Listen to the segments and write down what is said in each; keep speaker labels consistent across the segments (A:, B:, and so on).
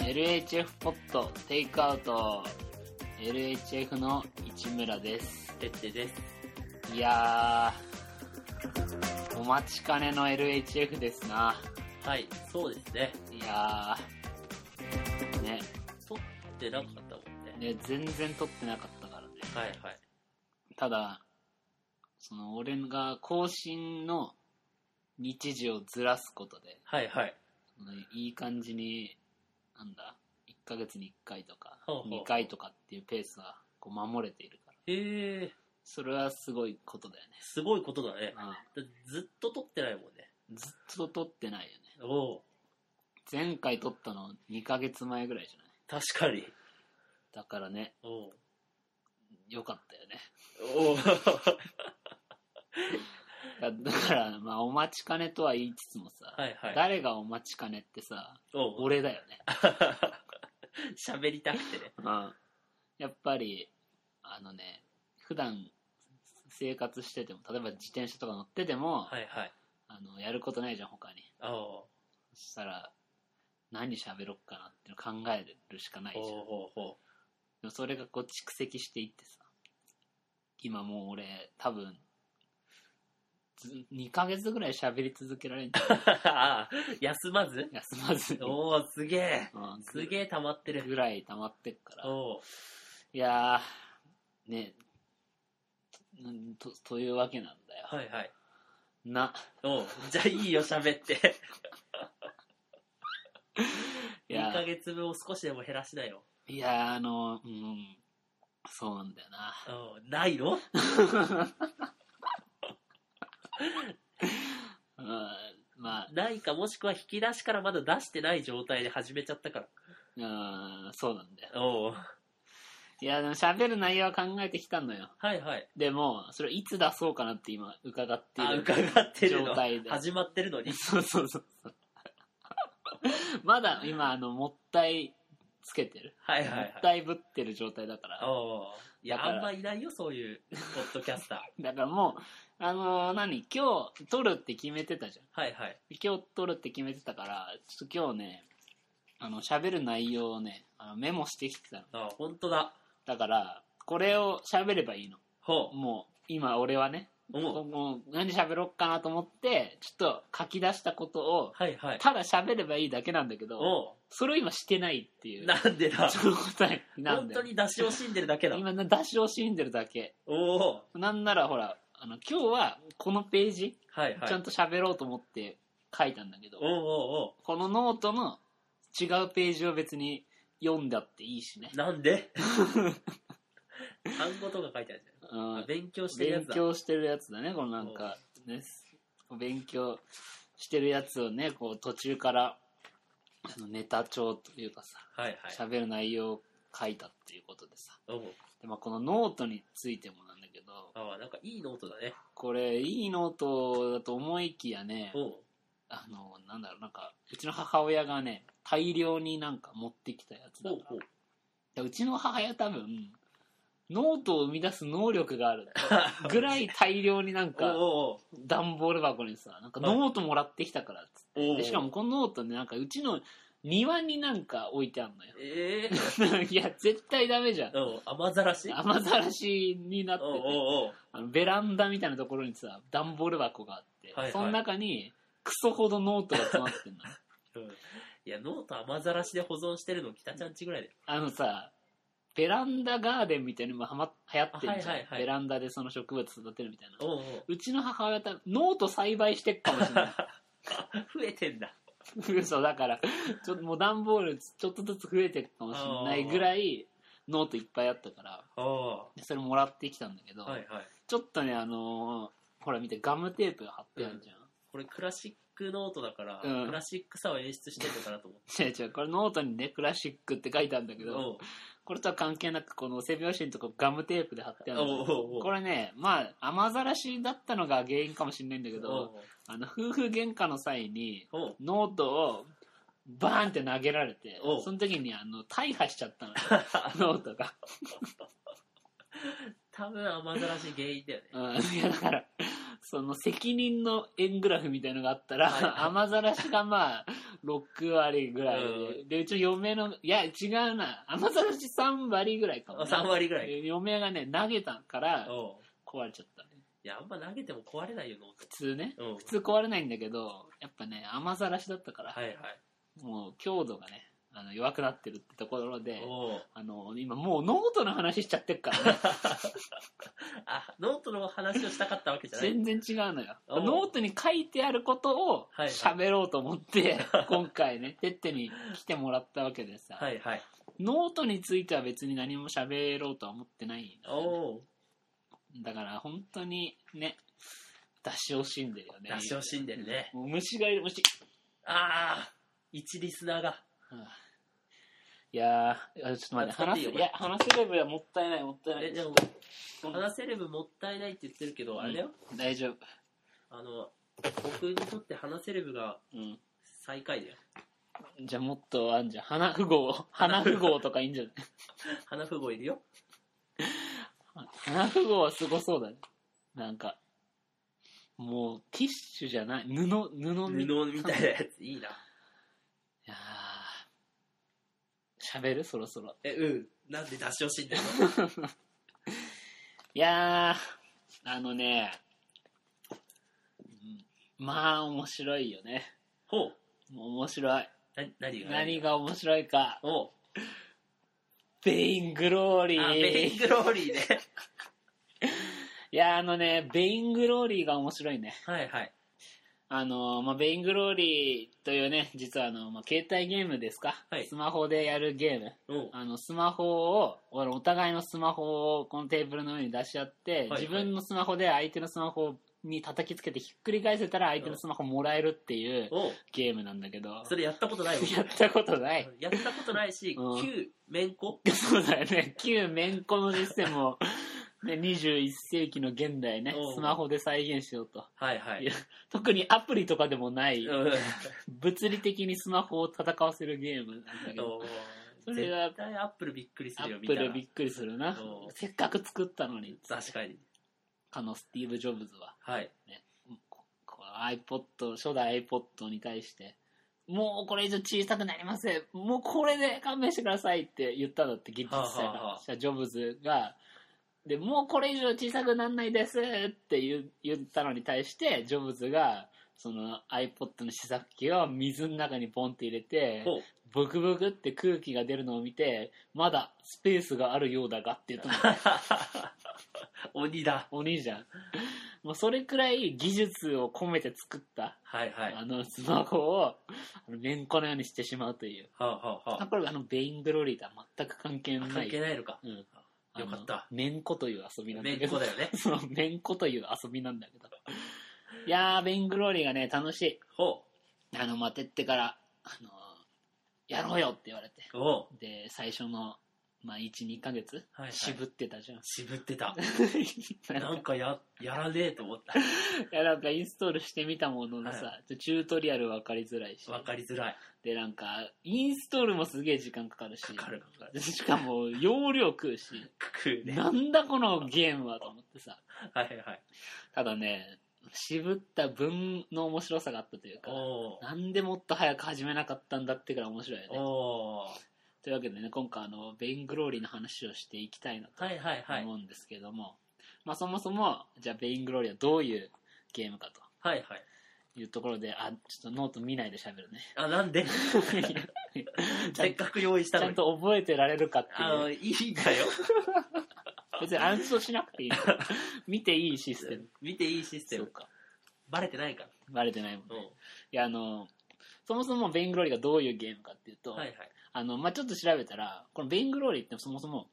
A: LHF ポットテイクアウト LHF の市村です
B: てってです。
A: いやーお待ちかねの LHF ですな
B: はい、そうですね。
A: いやーね
B: 撮ってなかったもんね。
A: ね全然撮ってなかったからね
B: はいはい。
A: ただその俺が更新の日時をずらすことで
B: はいはい。
A: そのいい感じになんだ1ヶ月に1回とか
B: ほうほう
A: 2回とかっていうペースはこう守れているから
B: へえ、
A: それはすごいことだよね
B: すごいことだね。
A: ああ
B: だずっと撮ってないもんね。
A: ずっと撮ってないよね。
B: おお
A: 前回撮ったの2ヶ月前ぐらいじゃない
B: 確かに。
A: だからね、
B: おお
A: よかったよね。
B: おお
A: だだから、まあ、お待ちかねとは言いつつもさ、
B: はいはい。
A: 誰がお待ちかねってさ、
B: おう
A: 俺だよね。
B: 喋りたくてね。
A: うん。やっぱり、あのね、普段生活してても、例えば自転車とか乗ってても、
B: はいはい。
A: あの、やることないじゃん、他に。
B: おお
A: そしたら、何喋ろっかなっていうの考えるしかないじ
B: お
A: ゃん。
B: おおお
A: でもそれがこう蓄積していってさ、今もう俺、多分、ず2ヶ月ぐらい喋り続けられんじゃん。
B: ああ 休まず
A: 休まずに。
B: おおすげえ。
A: うん
B: すげえ溜まってる。
A: ぐらい溜まってっから。
B: おお
A: いやー、ね、うんと、というわけなんだよ。
B: はいはい。
A: な、
B: おうじゃあいいよ、喋って。
A: いや
B: 2ヶ月分を少しでも減らしなよ。
A: いやー、あの、うん、そうなんだよな。
B: おうないの
A: うん、まあ、
B: ないかもしくは引き出しからまだ出してない状態で始めちゃったか
A: うん、そうなんだよ。
B: ら。おう
A: いや、でも喋る内容は考えてきたのよ。
B: はいはい。
A: でも、それいつ出そうかなって今、伺っている。
B: あ、伺ってる
A: 状
B: の。
A: 態で
B: 始まってるのに。
A: そうそうそうそう。まだ今、あの、もったいつけてる。
B: はいはい
A: も
B: は
A: っ
B: い。
A: たいぶってる状態だから。
B: おうい
A: だ
B: や、
A: から
B: あんまいないよ、そういう、ポッドキャスター。
A: だからもう、あのー何今日撮るって決めてたじゃん。
B: はいはい。
A: 今日撮るって決めてたから、ちょっと今日ね、あの、喋る内容をね、あのメモしてきてたの。
B: あ、本当だ。
A: だから、これを喋ればいいの。
B: ほ
A: もう、今俺はね、
B: う。思う。
A: もう何喋ろっかなと思って、ちょっと書き出したことを、
B: はいはい。
A: ただ喋ればいいだけなんだけど、
B: お
A: それを今してないっていうう。
B: なんでだ。
A: その答えなん
B: 本
A: で
B: 当に出し惜しんでるだけだ。
A: 今な出し惜しんでるだけ
B: おお
A: なんならほらあの今日はこのページ、
B: はいはい。
A: ちゃんと喋ろうと思って書いたんだけど
B: おうおうお
A: このノートの違うページを別に読んだっていいしね
B: う、なんで単語とか書いてあるじ
A: う
B: ゃん。あ
A: ん、
B: 勉強してるや
A: 勉
B: つだ。
A: 強してるやつだねこのなんかね勉強してるやつをねこう途中からあのネタ帳というかさ
B: はいはい。
A: 喋る内容を書いたっていうことでさ
B: おう
A: で、まあ、このノートについてもなんだけど、
B: ああ、なんかいいノートだね。
A: これいいノートだと思いきやね
B: おう
A: あのなんだろうなんかうちの母親がね大量になんか持ってきたやつだ
B: ほ
A: か
B: うほう。
A: らうちの母親多分ノートを生み出す能力がある ぐらい大量になん
B: おう
A: か
B: お
A: 段ボール箱にさなんかノートもらってきたからっつっ
B: うおう
A: てでしかもこのノートねなんかうちの庭になんか置いてあんの
B: ええ
A: よ いや絶対ダメじゃん
B: おう雨ざらし
A: 雨ざらしになって
B: おう
A: て
B: おうおう
A: あのベランダみたいなところにさ段ボール箱があって、
B: はいはい
A: その中にクソほどノートが詰まってんの
B: うんいや、ノート雨ざらしで保存してるの北ちゃんちぐらいだよ。
A: あのさベランダガーデンみたいなのもはま流行ってんじゃん、
B: はいはいはい
A: ベランダでその植物育てるみたいな
B: おうおう
A: うちの母親たノート栽培してっかもしれ ない
B: 増えてんだ。
A: 嘘だからちょっともう段ボールちょっとずつ増えてっかもしれないぐらいノートいっぱいあったから
B: おお
A: それもらってきたんだけど、
B: はいはい。
A: ちょっとねあのーほら見てガムテープが貼ってあるじゃん、
B: これクラシックノートだから、
A: うん
B: クラシックさを演出してるのかなと思っ
A: 違う違うこれノートにねクラシックって書いてあるんだけ
B: て。
A: ど、
B: おう
A: これとは関係なくこの背拍子のとこガムテープで貼ってある
B: おうおうおう
A: これねまあ雨ざらしだったのが原因かもしれないんだけ
B: おう
A: どあの夫婦喧嘩の際に
B: おう
A: ノートをバーンって投げられて
B: おう
A: その時にあの大破しちゃったのよノートが
B: 多分雨ざらし原因だよね。
A: うん、いやだから、その責任の円グラフみたいのがあったら、
B: はいはい
A: 雨ざらしがまあ、6割ぐらいで、
B: う
A: で、うちの嫁の、いや、違うな、雨ざらし3割ぐらいかもな、
B: 3割ぐらい。
A: で嫁がね、投げたから、
B: おう
A: 壊れちゃったね。
B: いや、あんま投げても壊れないよ、ノ
A: 普通ね。
B: ート。うん。
A: 普通壊れないんだけど、やっぱね、雨ざらしだったから、
B: はいはい。
A: もう強度がね、あの弱くなってるってところで、
B: おう
A: あの、今もうノートの話しちゃってるからね。
B: あ、ノートの話をしたかったわ けじゃない。
A: 全然違うのよ。
B: おう
A: ノートに書いてあることを
B: はいはい
A: 喋ろうと思って、 今回ね、てってに来てもらったわけでさ、
B: はいはい。
A: ノートについては別に何も喋ろうとは思ってないんだよね、
B: おう
A: だから本当にね、出し惜しんでるよね。
B: 出し惜しんでるね。
A: もう虫がいる、虫。
B: ああ、一リスナーが。
A: いやー、ちょっと待って、
B: 使って
A: 話
B: いい
A: せ、
B: よ
A: いや、話せればもったいない、もったいな
B: え、
A: い。
B: でも、話せればもったいないって言ってるけど、あれだよ。
A: 大丈夫。
B: あの、僕にとって話せればが
A: うん。
B: 最下位だよ。
A: じゃあもっとあんじゃん。花富豪、花富豪とかいいんじゃ ない
B: 花富豪いるよ。
A: 花富豪はすごそうだね。なんか、もうティッシュじゃない、布、布み
B: 布みたいなやつ。いいな。
A: いやー喋るそろそろ。
B: え、うん。なんで出し惜しんでる
A: いやー、あのね、うんまあ面白いよね。
B: の ほう。
A: 面白い。
B: な、何が
A: 何が面白いか。
B: おう。
A: ベイングローリ
B: あ、ベイン
A: ー。
B: グローリーね。
A: いやー、あのね、ベイングローリーが面白いね。
B: はいはい。
A: あのまあ、ベイングローリーというね、実はあの、まあ、携帯ゲームですか、
B: はい
A: スマホでやるゲーム。
B: おう。
A: あの、スマホを、おお互いのスマホをこのテーブルの上に出し合って、
B: いはい
A: 自分のスマホで相手のスマホに叩きつけてひっくり返せたら相手のスマホもらえるっていう
B: おう。
A: ゲームなんだけど、
B: そ れやったことないわ。
A: やったことない。
B: やったことないし、
A: うん
B: 旧面子
A: そうだよね。旧めんこのシステムを、ね、21世紀の現代ね
B: う、ん
A: スマホで再現しようと。
B: はいはい
A: や特にアプリとかでもない、
B: うん
A: 物理的にスマホを戦わせるゲームなんだけど、
B: おー
A: それは
B: 絶対アップルびっくりす
A: ア
B: るよ、
A: ッ
B: み
A: プ
B: たい
A: ル
B: な
A: びっくりするな
B: う。ん
A: せっかく作ったのに、
B: 確かに。
A: かのスティーブ・ジョブズは、
B: はい。
A: ここう iPod、初代 iPod に対して、もうこれ以上小さくなりません。もうこれで勘弁してくださいって言ったんだって、実際
B: はあはあは
A: が。
B: あ
A: そしたらジョブズが、で、もうこれ以上小さくなんないですって言う言ったのに対して、ジョブズが、その iPod の試作機を水の中にポンって入れて、
B: ほう。
A: ブクブクって空気が出るのを見て、まだスペースがあるようだがって言っ たの。
B: 鬼だ。
A: 鬼じゃん。もうそれくらい技術を込めて作った、
B: はいはい。は
A: あのスマホを、あの、めんこのようにしてしまうという。
B: あ、はあは
A: あ、
B: あ、
A: これあの、ベイングローリーとは全く関係ない。
B: 関係ないのか。
A: うん。
B: よかった
A: あの。めんこという遊びなんだけ
B: 面
A: ど
B: 子。だよね。
A: その、めんこという遊びなんだけど。いやー、ベイングローリーがね、楽しい。
B: ほ
A: あの、待てってから、あのやろうよって言われて。
B: う。おう。
A: で、最初の、まあ、1、2ヶ月、
B: はいはい
A: 渋ってたじゃん。
B: 渋っ てた。
A: なんか
B: なんかや、やらねえと思っ
A: いやなんかインストールしてみたもののさ、
B: は。
A: チュートリアル分かりづらいした
B: わかりづらい。
A: でなんかインストールもすげえ時間かかるし
B: かかるかかる。
A: しかも容量食うし
B: くね。
A: なんだこのゲームはと思ってさ
B: はいはい。
A: ただね渋った分の面白さがあったというか
B: おう。
A: なんでもっと早く始めなかったんだってからい面白いよね
B: おう。
A: というわけでね今回あのベイングローリーの話をしていきたいなと
B: はいはいはい。
A: 思うんですけども、まあそもそもじゃあベイングローリーはどういうゲームかと
B: はいはい。
A: いうところで、あ、ちょっとノート見ないで喋 るね。
B: あ、な んで
A: ちゃ
B: せ
A: ん
B: っ
A: と
B: かく用意した
A: ちゃ
B: の
A: ん
B: に。
A: と覚えてられるかって
B: あの、
A: いう。
B: いいんだよ。
A: 別に暗唱しなくていい。見ていいシステム。
B: 見ていいシステ
A: そう
B: ム。
A: か。
B: バレてないから。
A: バレてないもんね。
B: うん。
A: いや、あの、そもそもベイングローリーがどういうゲームかっていうと、
B: はいはい。
A: あの、まあ、ちょっと調べたら、このベイングローリーってそもそも、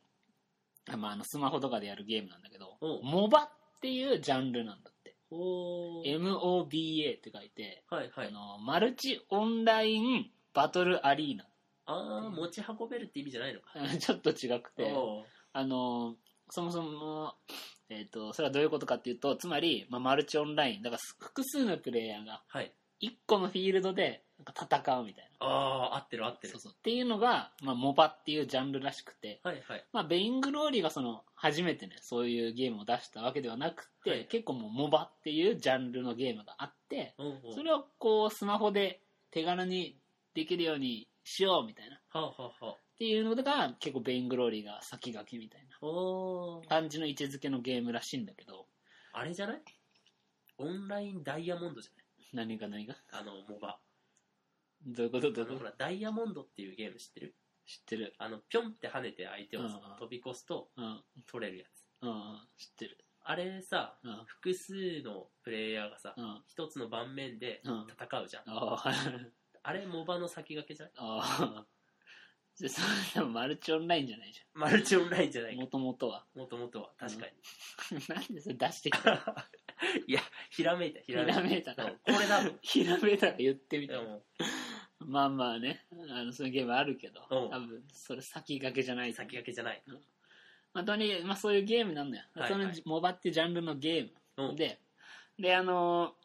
A: あまあ、あの、スマホとかでやるゲームなんだけど、
B: おう
A: モバっていうジャンルなんだって。
B: おー
A: MOBA って書いて、
B: はいは
A: あ
B: い。
A: の、マルチオンラインバトルアリーナ。
B: あー、持ち運べるって意味じゃないのか。
A: ちょっと違くて、
B: おう
A: あのそもそも、えっとそれはどういうことかっていうとつまり、まあ、マルチオンラインだから複数のプレイヤーが
B: はい。
A: 一個のフィールドでなんか戦うみたい
B: ああ、合ってる合って
A: な。
B: る
A: そう。そう。っていうのが、まあ、モバっていうジャンルらしくて、
B: はいはい。
A: まあ、ベイングローリーがその、初めてね、そういうゲームを出したわけではなくて、
B: はい
A: 結構もうモバっていうジャンルのゲームがあって、
B: うんうん。
A: それをこう、スマホで手軽にできるようにしようみたいな。っ
B: はあ、はあは
A: ていうのが、結構ベイングローリーが先駆けみたいな
B: あ、おー
A: 感じの位置づけのゲームらしいんだけど、
B: あれじゃないオンラインダイヤモンドじゃ
A: 何が何が
B: ないあの、モバ。
A: どういうことどう
B: あ
A: いう
B: のほ
A: こと
B: ら、ダイヤモンドっていうゲーム知ってる
A: 知ってる。
B: あの、ぴょんって跳ねて相手を
A: うんうん
B: 飛び越すと
A: うん、
B: 取れるやつ。
A: うん、うん知ってる。
B: あれさ、
A: うん、
B: 複数のプレイヤーがさ
A: う、ん、
B: 一つの盤面で
A: うん。
B: 戦うじゃん。
A: ああ、
B: あれ、モバの先駆けじゃない
A: ああ。じゃあ、それでもマルチオンラインじゃないじ
B: マルチオンラインじゃな
A: ゃん。
B: いか
A: も。ともとは。
B: もともとは、確かに。
A: なんでそれ出してきたの
B: いや、ひらめいた、ひ
A: ひ
B: らめ
A: ら
B: いた。
A: めいたから
B: うん。これだもん。
A: ひらめいたから言ってみたら。
B: でも、
A: まあまあね、あの、そういうゲームあるけど、
B: うん
A: 多分、それ先駆けじゃない。
B: 先駆けじゃない。
A: まあ、とにかくまあそういうゲームなんだよ。
B: はいはい
A: その、モバってジャンルのゲ
B: う
A: ーム
B: ん。
A: で、で、あの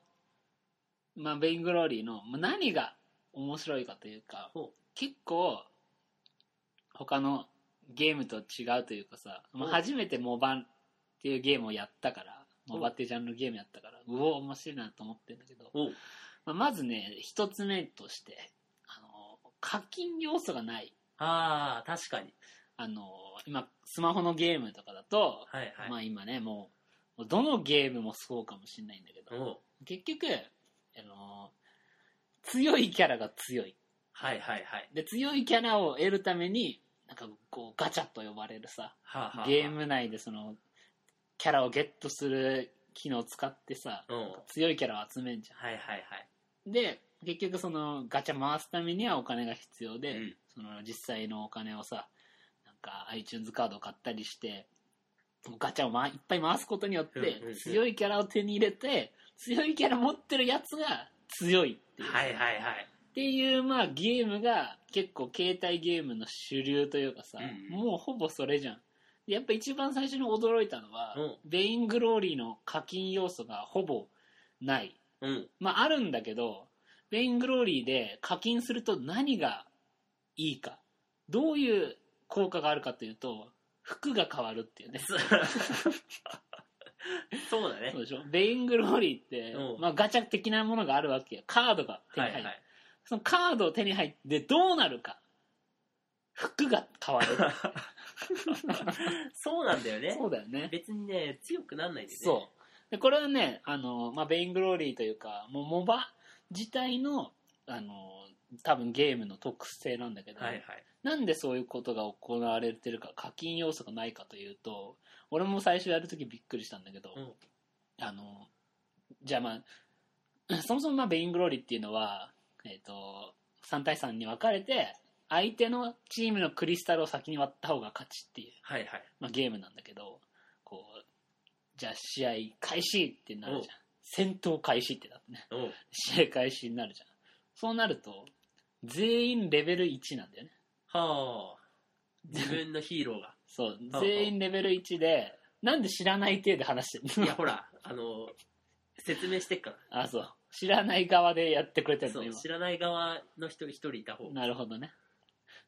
A: ーまあ、ベイングローリーの、まあ、何が面白いかというか
B: ほう、
A: 結構、他のゲームと違うというかさ、まあ、
B: うん
A: 初めてモバっていうゲームをやったから、
B: うん
A: モバっていうジャンルのゲームやったから、うお、面白いなと思ってんだけど、
B: おう
A: まあ、まずね、一つ目として、あの、課金要素がない。
B: ああ、確かに。
A: あの、今、スマホのゲームとかだと、
B: はいはい。
A: まあ今ね、もう、もうどのゲームもそうかもしれないんだけど、
B: おう
A: 結局、あの、強いキャラが強い。
B: はいはいはい。
A: で、強いキャラを得るために、なんかこう、ガチャと呼ばれるさ、
B: はあ、はあはあ、
A: ゲーム内でその、キャラをゲットする機能を使ってさ、
B: うん。
A: 強いキャラを集めんじゃん。
B: はいはいはい。
A: で結局そのガチャ回すためにはお金が必要で、
B: うん
A: その実際のお金をさなんか iTunes カードを買ったりしてガチャを、ま、いっぱい回すことによって、
B: うんうんうん
A: 強いキャラを手に入れて強いキャラ持ってるやつが強いっていう,、
B: はいはいはい。
A: っていうまあゲームが結構携帯ゲームの主流というかさ、
B: うんうん
A: もうほぼそれじゃんでやっぱ一番最初に驚いたのは、
B: うん
A: ベイングローリーの課金要素がほぼない
B: うん。
A: まあ、あるんだけど、ベイングローリーで課金すると何がいいか、どういう効果があるかというと、服が変わるっていうね。
B: そそうだね
A: そう。でしょベイングローリーって、
B: うん
A: まあ、ガチャ的なものがあるわけよ。カードが手に
B: は
A: 入
B: い
A: る。
B: はい。
A: そのカードを手に入ってどうなるか。服が変 わる。
B: そうなんだよね。
A: そうだよね。
B: 別にね、強くなんないんだよね。
A: そう。で、これはね、あの、まあ、ベイングローリーというか、もうモバ自体の、あの、多分ゲームの特性なんだけど、
B: はいはい。
A: なんでそういうことが行われてるか課金要素がないかというと俺も最初やるときびっくりしたんだけど、
B: うん
A: あのじゃあまあ そもそもまあベイングローリーっていうのは、えー、と3対3に分かれて相手のチームのクリスタルを先に割った方が勝ちっていう、
B: はいはい。
A: まあ、ゲームなんだけどこうじゃあ試合開始ってなるじゃん戦闘開始ってなってね
B: おう
A: 試合開始になるじゃんそうなると全員レベル1なんだよね
B: はあ。自分のヒーローが。
A: そう
B: あ、あ
A: 全員レベル1で、なんで知らない体で話して
B: い
A: る
B: や、
A: の
B: ほら、あの、説明してっから。
A: あ、そう。知らない側でやってくれてる
B: そ
A: の、
B: う、
A: 今。
B: 知らない側の人一人いた方が。
A: なるほどね。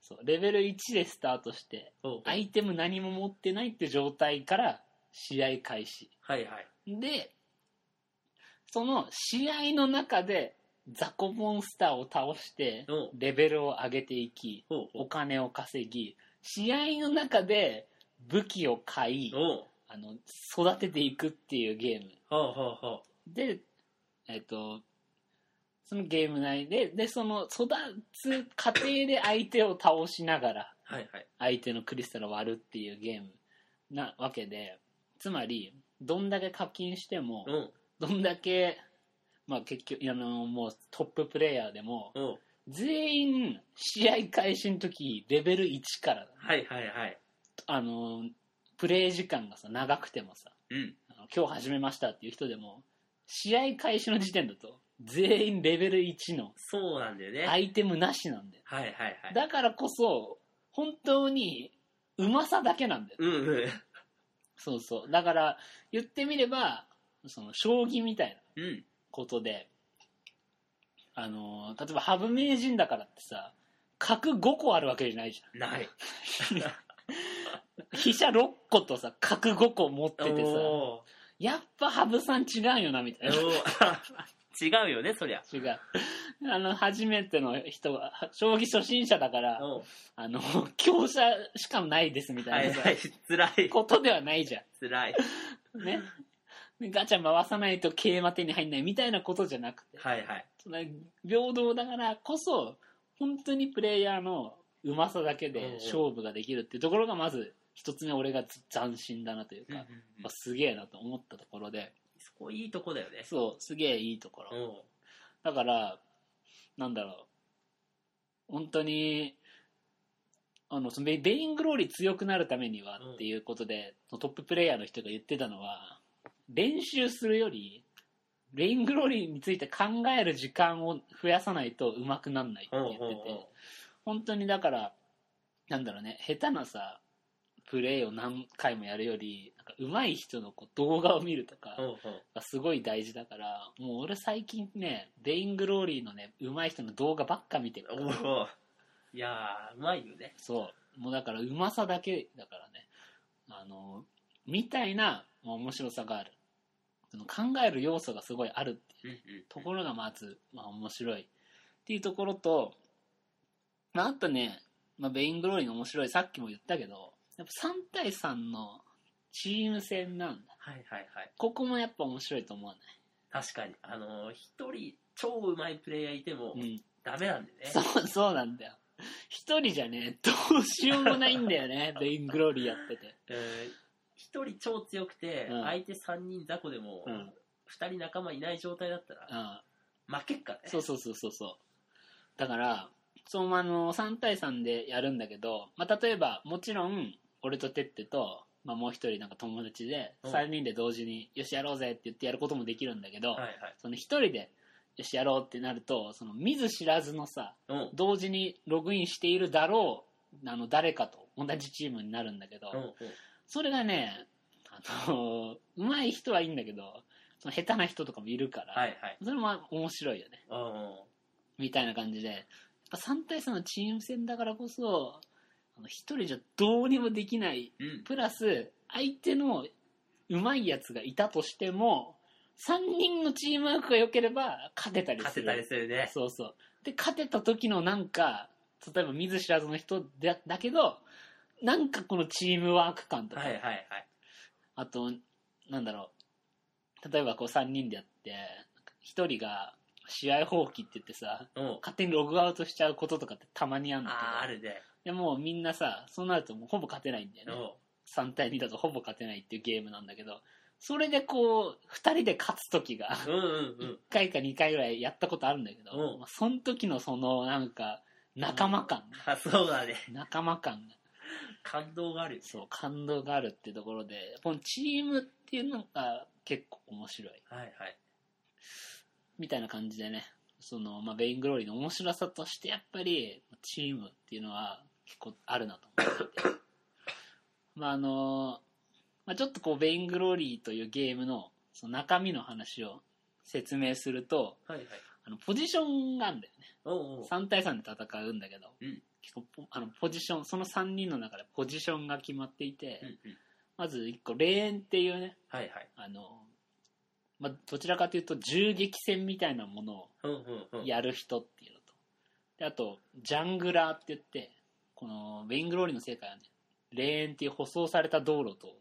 A: そう、レベル1でスタートして、
B: おう
A: アイテム何も持ってないって状態から試合開始。
B: はいはい。
A: で、その試合の中で雑魚モンスターを倒して、
B: おう
A: レベルを上げていき、
B: おうおう
A: お金を稼ぎ、試合の中で武器を買い、
B: おう
A: あの、育てていくっていうゲーム。
B: はあはあはあ。
A: で、えっ、と、そのゲーム内で、で、その育つ過程で相手を倒しながら、
B: はいはい。
A: 相手のクリスタルを割るっていうゲームなわけで、つまり、どんだけ課金しても
B: う、ん。
A: どんだけ、まあ結局、あの、もうトッププレイヤーでも、
B: うん。
A: 全員、試合開始の時、レベル1から、
B: はいはいはい。
A: あの、プレイ時間がさ、長くてもさ、
B: うん。
A: あの今日始めましたっていう人でも、試合開始の時点だと、全員レベル1の
B: そうなんだよね。
A: アイテムなしなんだよ。
B: はいはいはい。
A: だからこそ、本当に、うまさだけなんだよ。
B: うんうん。
A: そうそう。だから、言ってみれば、その、将棋みたいな
B: うん。
A: ことで、あの例えば羽生名人だからってさ角5個あるわけじゃないじゃん
B: ない。
A: 飛車6個とさ角5個持って
B: お
A: てさ
B: ー
A: やっぱ羽生さん違うよなみたいな
B: おー 違うよね、そりゃ。
A: 違うあの初めての人は将棋初心者だから
B: おー
A: あの強者しかないですみた
B: はいい
A: な
B: はい、辛い、
A: ことではないじゃ
B: 辛い。
A: んねでガチャ回さないと桂馬手に入んないみたいなことじゃなくて
B: はいはい。
A: その平等だからこそ本当にプレイヤーのうまさだけ
B: うんう
A: で
B: ん
A: 勝負ができるっていうところがまず一つ目俺が斬新だなというか、まあすげえなと思ったところで
B: そこいいとこだよね。
A: そうすげえいいところ、
B: お
A: だから、なんだろう。本当に、あの、そのベベイングローリー強くなるためには
B: うん
A: っていうことで、そのトッププレイヤーの人が言ってたのは、練習するより、ベイングローリーについて考える時間を増やさないと上手くならないって
B: ー
A: 言っ
B: お
A: て
B: ー
A: て、
B: おーお
A: 本当にだから、なんだろうね、下手なさ、プレイを何回もやるより、なんか上手い人のこう動画を見るとか
B: ー、おーおー
A: がすごい大事だからもう俺最近ねベイングローリーのね上手い人の動画ばっか見てる
B: おーいやー、うまいよね。
A: そうもうだからうまさだけだからねあのみたいなまあ面白さがあるその考える要素がすごいあるって
B: うんうん
A: ところがまず、まあ、面白いっていうところと、まあ、あとね、まあ、ベイングローリーの面白いさっきも言ったけどやっぱ3対3のチーム戦なんだ
B: はいはいはい。
A: ここもやっぱ面白いと思わ
B: 確かに。あのー、一人、超うまいプレイヤーいても
A: な、い、うん、
B: ダメなんでね。
A: そう、そうなんだよ。一人じゃね、どうしようもないんだよ ね、ベイングローリーやってて。
B: えー一人超強くて、
A: うん
B: 相手三人雑魚でも、
A: うん
B: 二人仲間いない状態だったら、
A: あ
B: 負けっからね。
A: そうそうそうそうそう。だから、そのあの、3対3でやるんだけど、まあ、例えば、もちろん、俺とテッテと、まあ、もう一人なんか友達で、
B: うん
A: 3人で同時に、よしやろうぜって言ってやることもできるんだけど、
B: はいはい。
A: その一人で、よしやろうってなると、その見ず知らずのさ、
B: うん。
A: 同時にログインしているだろう、あの、誰かと同じチームになるんだけど、
B: うんうん。
A: それがね、あのうまい人はいいんだけど、その下手な人とかもいるから、
B: はいはい。
A: それも面白いよね。
B: うんうん。
A: みたいな感じで、やっぱ3対3のチーム戦だからこそ、あの1人じゃどうにもできない。
B: うん。
A: プラス、相手のうまいやつがいたとしても、3人のチームワークが良ければ勝てたりする。
B: 勝てたりするね。
A: そうそう。で、勝てた時のなんか、例えば見ず知らずの人だだけど、なんかこのチームワーク感とか、
B: はいはいはい。
A: あと、なんだろう。例えばこう3人でやって、1人が試合放棄って言ってさ、
B: うん。
A: 勝手にログアウトしちゃうこととかってたまにあるんだ
B: あーあ
A: けど、
B: るね。
A: でもうみんなさ、そうなるともうほぼ勝てないんだ
B: うん
A: よね。3対2だとほぼ勝てないっていうゲームなんだけど、それでこう、2人で勝つ時が、
B: うんうんう
A: 1
B: ん。
A: 回か2回ぐらいやったことあるんだけど、
B: うん
A: まあその時のそのなんか、仲間感、
B: あ、そうだね。
A: 仲間感が
B: 感動があるよね。
A: そう、感動があるってところで、このチームっていうのが結構面白い。
B: はいはい。
A: みたいな感じでね、その、まあ、ベイングローリーの面白さとして、やっぱり、チームっていうのは結構あるなと思っていて。まあ、あの、まあ、ちょっとこう、ベイングローリーというゲームの、その中身の話を説明すると、
B: はいはい。
A: あの、ポジションがあるんだよね。
B: おうおう。
A: 3対3で戦うんだけど、
B: うん
A: 結構ポ、あの、ポジション、その3人の中でポジションが決まっていて、
B: うんうん。
A: まず1個、レーンっていうね、
B: はいはい。
A: あの、まあ、どちらかというと、銃撃戦みたいなものを、
B: うんうんうん。
A: やる人っていうのと。で、あと、ジャングラーって言って、この、ベイングローリーの世界はね、レーンっていう舗装された道路と、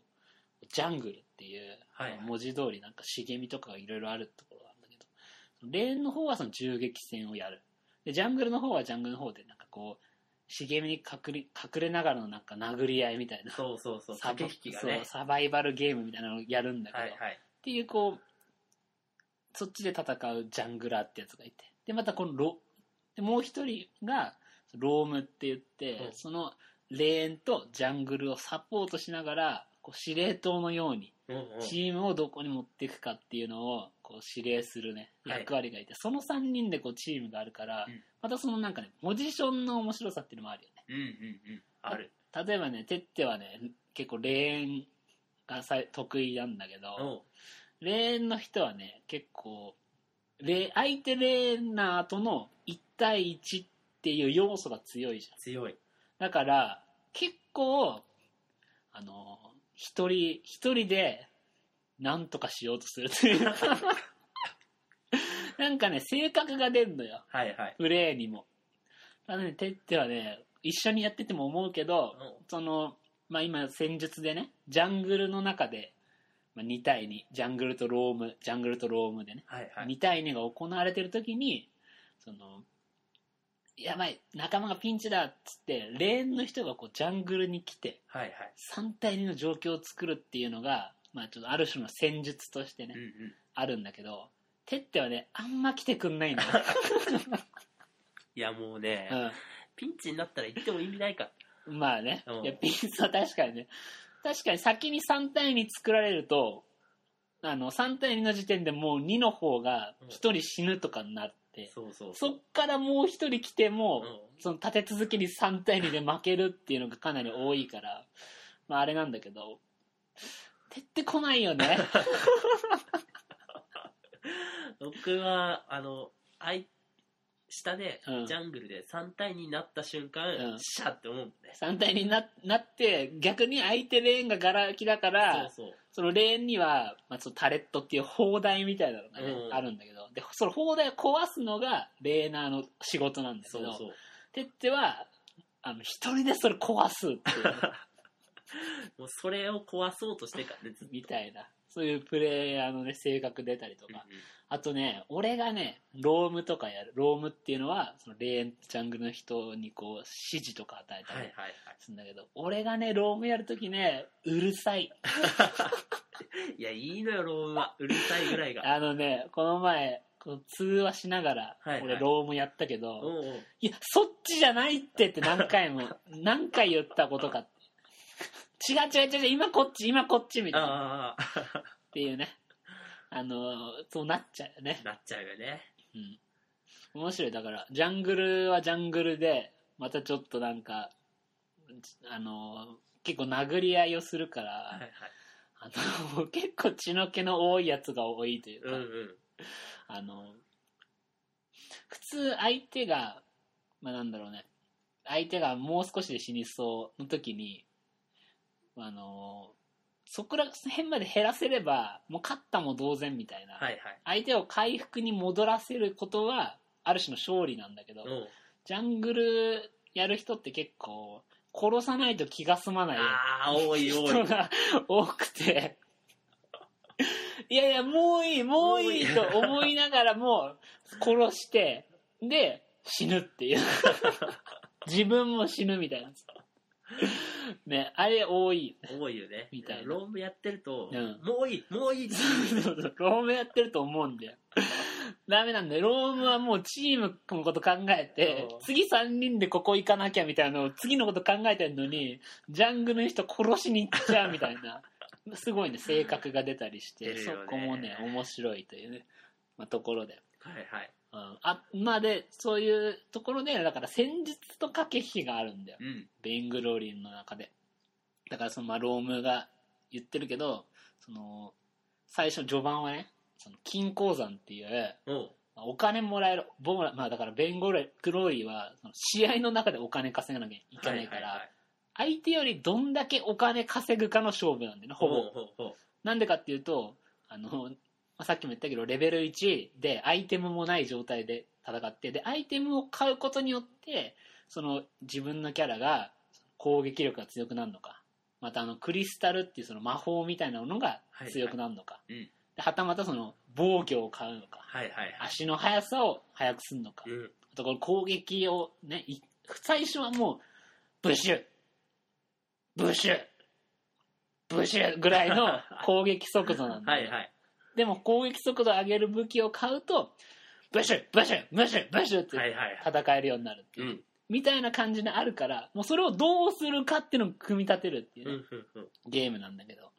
A: ジャングルっていう、
B: はいはい
A: 文字通りなんか茂みとかがいろいろあるところなんだけど、レーンの方はその銃撃戦をやる。で、ジャングルの方はジャングルの方でなんかこう、茂みに隠れ隠れながらのなんか殴り合いみたいな。
B: そうそうそう。
A: サバ
B: 駆け引きがね
A: そう、。サバイバルゲームみたいなのをやるんだけど、
B: はいはい。
A: っていうこうそっちで戦うジャングラーってやつがいてでまたこのロでもう一人がロームって言って、
B: うん
A: そのレーンとジャングルをサポートしながらこう司令塔のように
B: うんうん。
A: チームをどこに持っていくかっていうのをこう指令するね
B: はい
A: 役割がいて、その3人でこうチームがあるから、
B: うん
A: またそのなんかねポジションの面白さっていうのもあるよね
B: うんうんうん。ある。
A: 例えばねテッテはね結構レーンがさ得意なんだけど、
B: うん。
A: レーンの人はね結構レ相手レーナーとの1対1っていう要素が強いじゃん
B: 強い。
A: だから結構あの一人一人でなんとかしようとするという かなんかね性格が出んのよ
B: はいはい。
A: プレーにもあのねてってはね一緒にやってても思うけど
B: う
A: その、まあ、今戦術でねジャングルの中で、まあ、2対2ジャングルとロームジャングルとロームでね
B: んはいはい。
A: 2対2が行われてる時にそのやばい仲間がピンチだっつってレーンの人がこうジャングルに来て
B: はいはい。
A: 3対2の状況を作るっていうのが、まあ、ちょっとある種の戦術としてね、
B: うんうん。
A: あるんだけどテッテはねあんま来てくんないんだよ、
B: いやもうね、ピンチになったら行っても意味ないか。
A: うん、まあね、
B: うん
A: いやピンスは確かにね確かに先に3対2作られるとあの3対2の時点でもう2の方が1人死ぬとかになって、
B: そうそう
A: そっからもう1人来ても、
B: うん
A: その立て続けに3対2で負けるっていうのがかなり多いから、まあ、あれなんだけど、てってこないよ ね。
B: 僕は、あの、あい、下で、
A: うん
B: ジャングルで3対2になった瞬間、
A: うん
B: シャって思うんだよね。
A: 3対2にななって、逆に相手レーンがガラ空きだから、そ
B: そうそう。
A: のレーンには、まあ、そのタレットっていう砲台みたいなのが、ね
B: うん
A: あるんだけど、で、その砲台を壊すのがレーナーの仕事なんだけ
B: そう
A: ど、
B: そう。
A: てっては、あの、一人でそれ壊すっていう。
B: もうそれを壊そうとしてからね、ずっと。
A: みたいな。 そういうプレイヤーのね、性格出たりと
B: うんう
A: か
B: ん。
A: あとね、俺がね、ロームとかやる。ロームっていうのは、そのレーン、ジャングルの人にこう、指示とか与え
B: はい
A: た
B: は
A: り
B: いはい。
A: するんだけど、俺がね、ロームやるときね、うるさい。
B: いや、いいのよ、ロームは。うるさいぐらいが。
A: あのね、この前、こう通話しながら
B: はいは、い
A: 俺ロームやったけど、
B: お
A: いう
B: おう
A: や、そっちじゃないってって何回も、何回言ったことかって。違う違う違う違う、今こっち、今こっちみたいな。っ
B: ああ、
A: ていうね。あのーそうなっちゃうよね。
B: なっちゃうよね。
A: うん。面白い。だから、ジャングルはジャングルで、またちょっとなんか、あの、結構殴り合いをするから、
B: はいはい。
A: あの、結構血の気の多いやつが多いという
B: う
A: か、
B: んうん。
A: あの、普通相手が、まあなんだろうね、相手がもう少しで死にそうの時に、あの、そこら辺まで減らせれば、もう勝ったも同然みたいな。
B: はいはい。
A: 相手を回復に戻らせることはある種の勝利なんだけど、
B: おう
A: ジャングルやる人って結構殺さないと気が済まない
B: ああ、多い多い。
A: 人が多くていやいやもういいもういいと思いながらも殺してで死ぬっていう自分も死ぬみたいなねあれ多い
B: 多いよね。
A: みたいな
B: ロームやってると、
A: うん
B: もういい、もういい。
A: そうそうロームやってると思うんだよ。ダメなんだよ。ロームはもうチームのこと考えて
B: うん、
A: 次3人でここ行かなきゃみたいなのを次のこと考えてるのに、ジャングルの人殺しに行っちゃうみたいな、 すごいね、性格が出たりして、
B: 出る
A: そ
B: よね
A: こもね、面白いというね、まあ、ところで。
B: はいはい。
A: うん、あまあで、そういうところで、だから戦術と駆け引きがあるんだよ。
B: うん。
A: ベイングローリンの中で。だからその、まあ、ロームが言ってるけど、その、最初序盤はね、その、金鉱山っていう、
B: おう
A: まあお金もらえる、ボーナまあだからベイングローリーは、その試合の中でお金稼がなきゃいけないから、
B: はは
A: 相手よりどんだけお金稼ぐかの勝負なんだよね、ほぼ。
B: ほうほうほう
A: なんでかっていうと、あの、まあさっきも言ったけど、レベル1でアイテムもない状態で戦って、で、アイテムを買うことによって、その自分のキャラが攻撃力が強くなるのか、またあの、クリスタルっていうその魔法みたいなものが強くなるのか、
B: はいはいうん
A: ではたまたその防御を買うのか、
B: はいはいはい。
A: 足の速さを速くするのか、
B: うん。
A: あとこの攻撃をね、い最初はもう、ブシュブシュブシュぐらいの攻撃速度なんで。
B: はいはい。
A: でも攻撃速度を上げる武器を買うと、ブシュブシュブシュブシュっ
B: はいは
A: て
B: いはい。
A: 戦えるようになるって
B: う
A: いう。
B: ん。
A: みたいな感じであるから、もうそれをどうするかっていうのを組み立てるっていう
B: う
A: ね、
B: んうんうん。
A: ゲームなんだけど。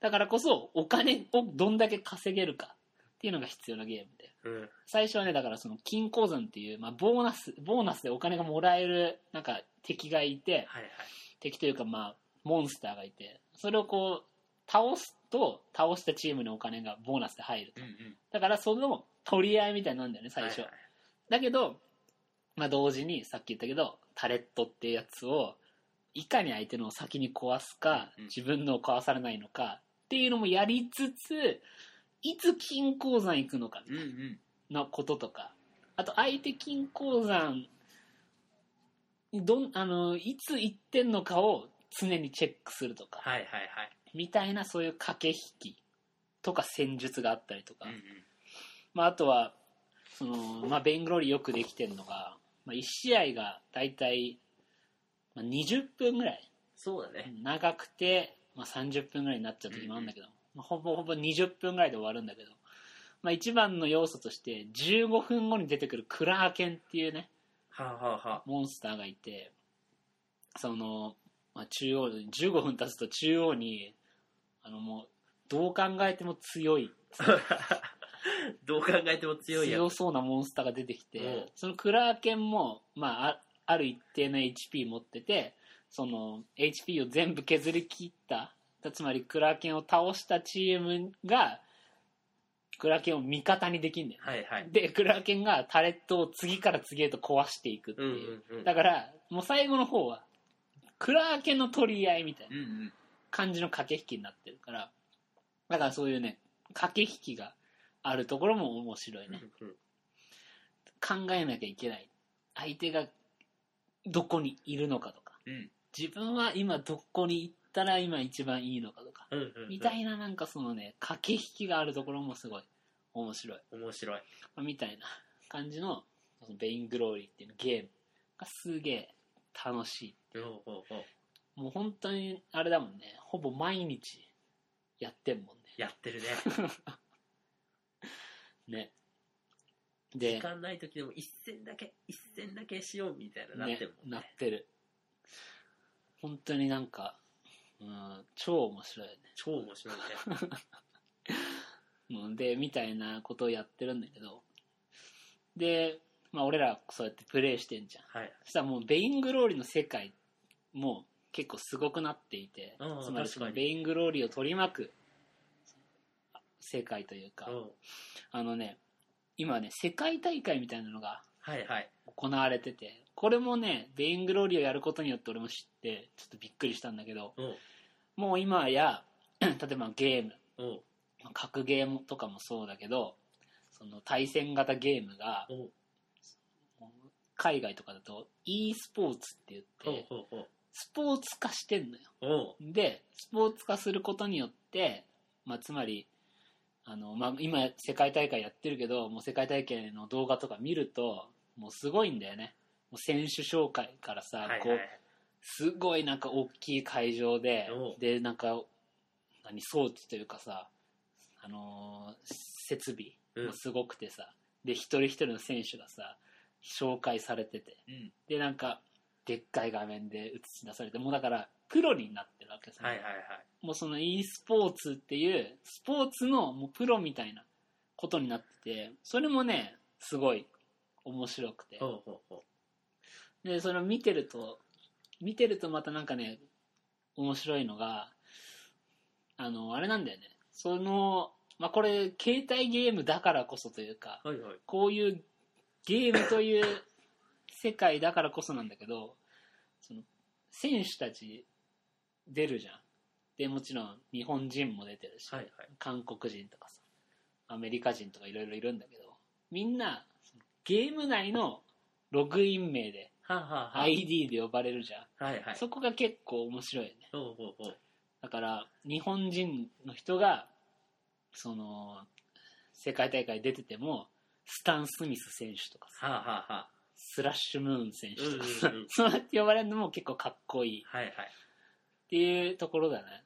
A: だからこそ、お金をどんだけ稼げるかっていうのが必要なゲームで。
B: うん。
A: 最初はねだからその金鉱山っていう、まあ、ボーナスボーナスでお金がもらえるなんか敵がいて
B: はいはい。
A: 敵というかまあモンスターがいてそれをこう倒すと、倒したチームのお金がボーナスで入る
B: う
A: と
B: ん。うん
A: だから、その取り合いみたいになるんだよね、最初。
B: はいはい
A: だけど、まあ、同時にさっき言ったけどタレットっていうやつをいかに相手のを先に壊すか
B: うん
A: 自分のを壊されないのかっていうのもやりつついつ金鉱山行くのか
B: うんうん
A: のこととかあと相手金鉱山どんあのいつ行ってんのかを常にチェックするとか、
B: はいはいはい
A: みたいなそういう駆け引きとか戦術があったりとか、
B: うんうん
A: まあ、あとはその、まあ、ベングローリよくできてるのが、まあ、1試合が大体、まあ、20分ぐらい
B: そうだね
A: 長くて、まあ、30分ぐらいになっちゃう時もあるんだけど、まあ、ほぼほぼ20分ぐらいで終わるんだけど、まあ、一番の要素として15分後に出てくるクラーケンっていうね
B: はあはあはあ
A: モンスターがいてその、まあ、中央に15分経つと中央にあのもうどう考えても強い
B: どう考えても強いやつ
A: そうなモンスターが出てきて、
B: うん
A: そのクラーケンも、まあ、あある一定の HP 持っててその HP を全部削り切ったつまりクラーケンを倒したチームがクラーケンを味方にできるんだよ、
B: はいはい
A: でクラーケンがタレットを次から次へと壊していくって
B: うんう
A: いう、
B: んうん
A: だからもう最後の方はクラーケンの取り合いみたいな
B: うんうん
A: 感じの駆け引きになってるからだからそういうね駆け引きがあるところも面白いね、
B: うんうん
A: 考えなきゃいけない相手がどこにいるのかとか
B: うん
A: 自分は今どこに行ったら今一番いいのかとか
B: うんうんうん
A: みたいななんかそのね駆け引きがあるところもすごい面白い
B: 面白い
A: まあみたいな感じのそのベイングローリーっていうゲームがすげえ楽しい
B: ほうほうほう
A: もう本当にあれだもんねほぼ毎日やってんもん
B: やってるね
A: ねね
B: 時
A: で
B: 間ない時でも一戦だけ一戦だけしようみたいななっ
A: ね
B: てるもん
A: なっ
B: ね
A: てる本当になんか、うん、超面白いよ
B: 超面白いね
A: ねうんでみたいなことをやってるんだけどで、まあ、俺らそうやってプレイしてんじゃん
B: はい
A: そしたらもうベイングローリの世界も結構すごくなっていて
B: うん
A: つまり
B: 確かに
A: ベイングローリを取り巻く世界というか
B: うん
A: あのね今ね世界大会みたいなのが
B: はいはい
A: 行われててこれもねベイングローリーをやることによって俺も知ってちょっとびっくりしたんだけど
B: うん
A: もう今や 例えばゲーム
B: うん
A: まあ格ゲームとかもそうだけどその対戦型ゲームが
B: うん
A: 海外とかだと e スポーツって
B: ほ
A: 言っ
B: う
A: て
B: ほうほう
A: スポーツ化してんのよ
B: うん
A: でスポーツ化することによって、まあ、つまりあの、まあ、今世界大会やってるけどもう世界大会の動画とか見るともうすごいんだよねもう選手紹介からさ、
B: はい
A: こ
B: は
A: う
B: い
A: すごいなんか大きい会場で
B: おう
A: でなんか何装置というかさ、あのー設備もすごくてさ、で一人一人の選手がさ紹介されてて
B: うん
A: でなんかでっかい画面で映し出されてもうだからプロになってるわけさ、
B: はいはいはい
A: もうその e スポーツっていうスポーツのもうプロみたいなことになっててそれもねすごい面白くて
B: ほうほうほ
A: でそれを見てると見てるとまたなんかね面白いのがあのあれなんだよねその、まあ、これ携帯ゲームだからこそというか
B: うはいはい
A: こういうゲームという世界だからこそなんだけど、その選手たち出るじゃん。で、もちろん日本人も出てるし、
B: はいはい
A: 韓国人とかさ、アメリカ人とかいろいろいるんだけど、みんなそのゲーム内のログイン名で
B: はあはあはあ
A: ID で呼ばれるじゃん。
B: はいはい
A: そこが結構面白いよね。
B: ほうほうほう
A: だから日本人の人がその世界大会出ててもスタン・スミス選手とかさ
B: はあはあはあ
A: スラッシュ・ムーン選手とかさ、
B: うんうんうん
A: そうやって呼ばれるのも結構かっこいいっ
B: はいはい
A: ていうところだね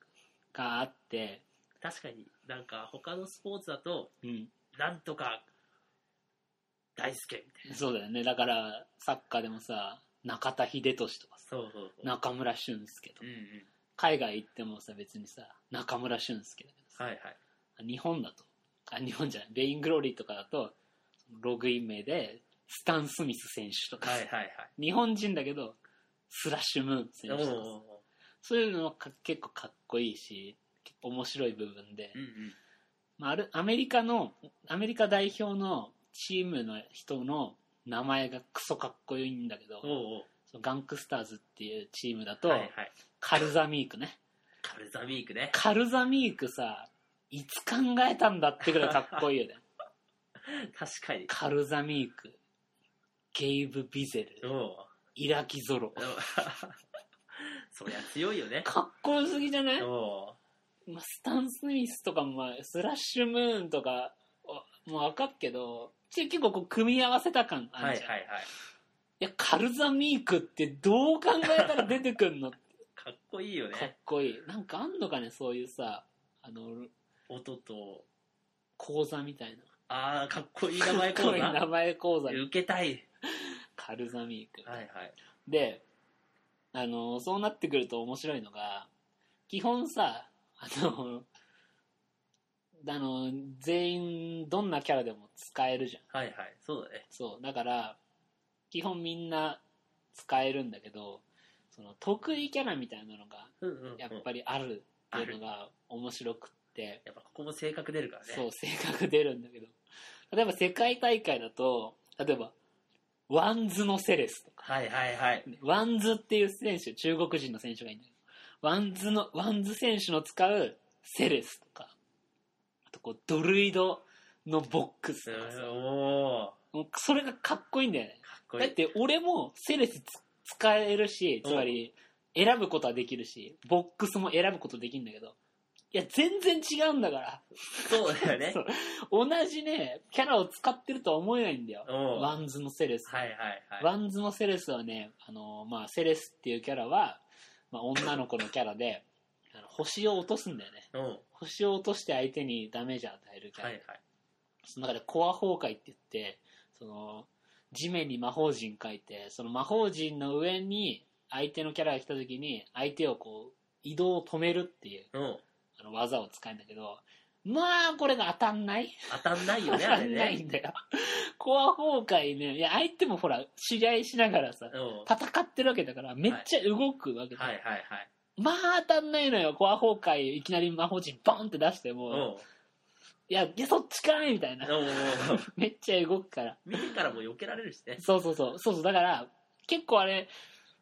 A: があって、
B: 確かになんか他のスポーツだと
A: うん、
B: なんとか大輔みたいな
A: そうだよねだからサッカーでもさ中田英寿とかさ
B: そうそうそう
A: 中村俊輔と
B: う
A: か
B: んうん
A: 海外行ってもさ別にさ中村俊輔だけどさ
B: はいはい
A: 日本だとあ日本じゃないベイングローリーとかだとログイン名でスタン・スミス選手とか、
B: はいはいはい
A: 日本人だけどスラッシュ・ムーン選
B: お
A: 手
B: う
A: とか
B: おうおう
A: そういうのはか結構かっこいいし結面白い部分で、
B: うんうん。
A: まあ、あるアメリカのアメリカ代表のチームの人の名前がクソかっこいいんだけど、
B: おうおう。
A: そのガンクスターズっていうチームだと、
B: はいはい。
A: カルザミークね
B: カルザミークね。
A: カルザミークさいつ考えたんだってぐらいかっこいいよね
B: 確かに。
A: カルザミークゲイブ・ビゼル
B: おう。
A: イラキ・ゾロ
B: おうそりゃ強いよね。
A: かっこよすぎじゃない、
B: おう。
A: まあ、スタン・スミスとかも、まあ、スラッシュ・ムーンとかおもう分かっけどち結構こう組み合わせた感
B: は
A: あ
B: い
A: る
B: はい
A: じゃん、
B: はい。
A: いや、カルザミークってどう考えたら出てくんのか
B: かっこいいよ
A: っ
B: ね。
A: こいい。なんかあんのかね、そういうさ、あの、
B: 音と。
A: 講座みたいな。
B: ああ、かっこいい名前
A: かっ
B: 講
A: こいい 名
B: 座。
A: 前講座。
B: 受けたい。
A: カルザミーク。
B: はいはい。
A: で、あの、そうなってくると面白いのが、基本さ、あの、あの、全員どんなキャラでも使えるじゃん。
B: はいはい。そうだね。
A: そう。だから、基本みんな使えるんだけど、その得意キャラみたいなのが
B: うんうんうん。
A: やっぱりあるっていうのが面白くって、
B: やっぱここも性格出るからね。
A: そう、性格出るんだけど。例えば世界大会だと、例えば、ワンズのセレスとか、
B: はいはいはい。
A: ワンズっていう選手、中国人の選手がいるんだけど、ワンズの、ワンズ選手の使うセレスとか、あとこう、ドルイドのボックスとかさ、
B: おー
A: もうそれがかっこいいんだよね。
B: かっこい
A: だ
B: い
A: っ。て俺もセレスつ使えるしつまり選ぶことはできるしボックスも選ぶことできるんだけどいや全然違うんだから
B: そうだよね
A: そ。う同じねキャラを使ってるとは思えないんだよ
B: おう
A: ワンズのセレス、
B: はいはいはい。
A: ワンズのセレスはねあの、まあ、セレスっていうキャラは、まあ、女の子のキャラであの星を落とすんだよね
B: おう
A: 星を落として相手にダメージを与えるキャラ、
B: はいはい。
A: その中でコア崩壊って言って、その、地面に魔法陣書いて、その魔法陣の上に相手のキャラが来た時に、相手をこう、移動を止めるっていう、
B: おう
A: あの、技を使うんだけど、まあ、これが当たんない
B: 当たんないよ
A: 当
B: ね、あ
A: た
B: れ
A: んない
B: ね。
A: んだよ。コア崩壊ね、いや、相手もほら、知り合いしながらさ、
B: おう
A: 戦ってるわけだから、めっちゃ動くわけだ、
B: はいはいはい。
A: まあ、当たんないのよ。コア崩壊、いきなり魔法陣ボンって出しても、
B: おう
A: いや、いや、そっちかいみたいな。
B: おうおう
A: めっちゃ動くから。
B: 見てからも避けられるしね。
A: そうそうそう。そうそう。だから、結構あれ、